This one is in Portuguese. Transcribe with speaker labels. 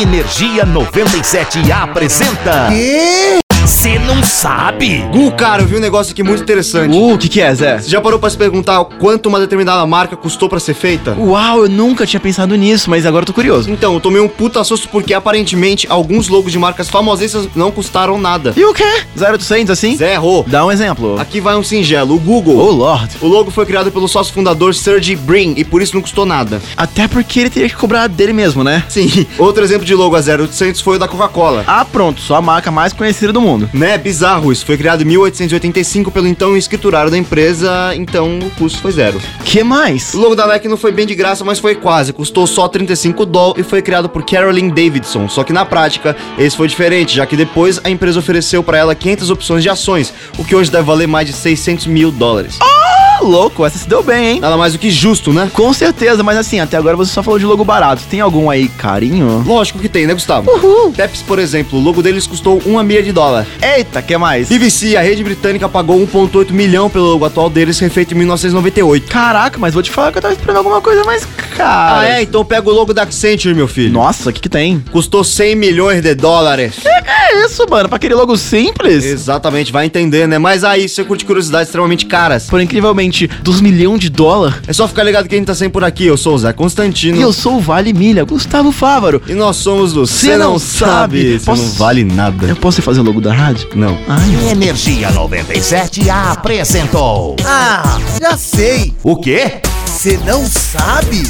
Speaker 1: Energia 97 apresenta.
Speaker 2: Quê?
Speaker 1: Você não sabe?
Speaker 2: Gu, cara, eu vi um negócio aqui muito interessante.
Speaker 3: Uh, o que que é, Zé?
Speaker 2: Você já parou pra se perguntar quanto uma determinada marca custou pra ser feita?
Speaker 3: Uau, eu nunca tinha pensado nisso, mas agora eu tô curioso.
Speaker 2: Então, eu tomei um puta susto porque aparentemente alguns logos de marcas famosíssimas não custaram nada.
Speaker 3: E o quê? 0800 assim?
Speaker 2: Zé errou.
Speaker 3: Dá um exemplo.
Speaker 2: Aqui vai um singelo, o Google.
Speaker 3: Oh, Lord.
Speaker 2: O logo foi criado pelo sócio fundador Sergey Brin e por isso não custou nada.
Speaker 3: Até porque ele teria que cobrar dele mesmo, né?
Speaker 2: Sim, outro exemplo de logo a 0800 foi o da Coca-Cola.
Speaker 3: Ah, pronto, só a marca mais conhecida do mundo.
Speaker 2: Né, bizarro, isso foi criado em 1885 pelo então escriturário da empresa, então o custo foi zero.
Speaker 3: Que mais?
Speaker 2: O logo da Nike não foi bem de graça, mas foi quase, custou só 35 doll e foi criado por Carolyn Davidson, só que na prática esse foi diferente, já que depois a empresa ofereceu pra ela 500 opções de ações, o que hoje deve valer mais de 600 mil dólares.
Speaker 3: Ah, louco, essa se deu bem, hein?
Speaker 2: Nada mais do que justo, né?
Speaker 3: Com certeza, mas assim, até agora você só falou de logo barato. Tem algum aí carinho?
Speaker 2: Lógico que tem, né, Gustavo?
Speaker 3: Uhul.
Speaker 2: Pepsi, por exemplo, o logo deles custou uma milha de dólar.
Speaker 3: Eita, que mais?
Speaker 2: BBC, a rede britânica, pagou 1,8 milhão pelo logo atual deles, refeito em 1998.
Speaker 3: Caraca, mas vou te falar que eu tava esperando alguma coisa mais cara.
Speaker 2: Ah, é? Então pega o logo da Accenture, meu filho.
Speaker 3: Nossa, o que que tem?
Speaker 2: Custou 100 milhões de dólares.
Speaker 3: Que que é isso, mano? Pra aquele logo simples?
Speaker 2: Exatamente, vai entender, né? Mas aí, se você curte curiosidades extremamente caras,
Speaker 3: Por incrivelmente, dos milhões de dólar.
Speaker 2: é só ficar ligado que a gente tá sempre por aqui. Eu sou o Zé Constantino.
Speaker 3: E eu sou o Vale Milha, Gustavo Fávaro.
Speaker 2: E nós somos do
Speaker 3: Cê
Speaker 2: Cê
Speaker 3: Não Sabe.
Speaker 2: Cê
Speaker 3: Posso-
Speaker 2: não vale nada.
Speaker 3: Eu posso ir fazer o logo da rádio?
Speaker 2: Não.
Speaker 3: Ai,
Speaker 1: Energia 97 apresentou.
Speaker 4: Ah, já sei.
Speaker 1: O quê?
Speaker 4: Você não sabe?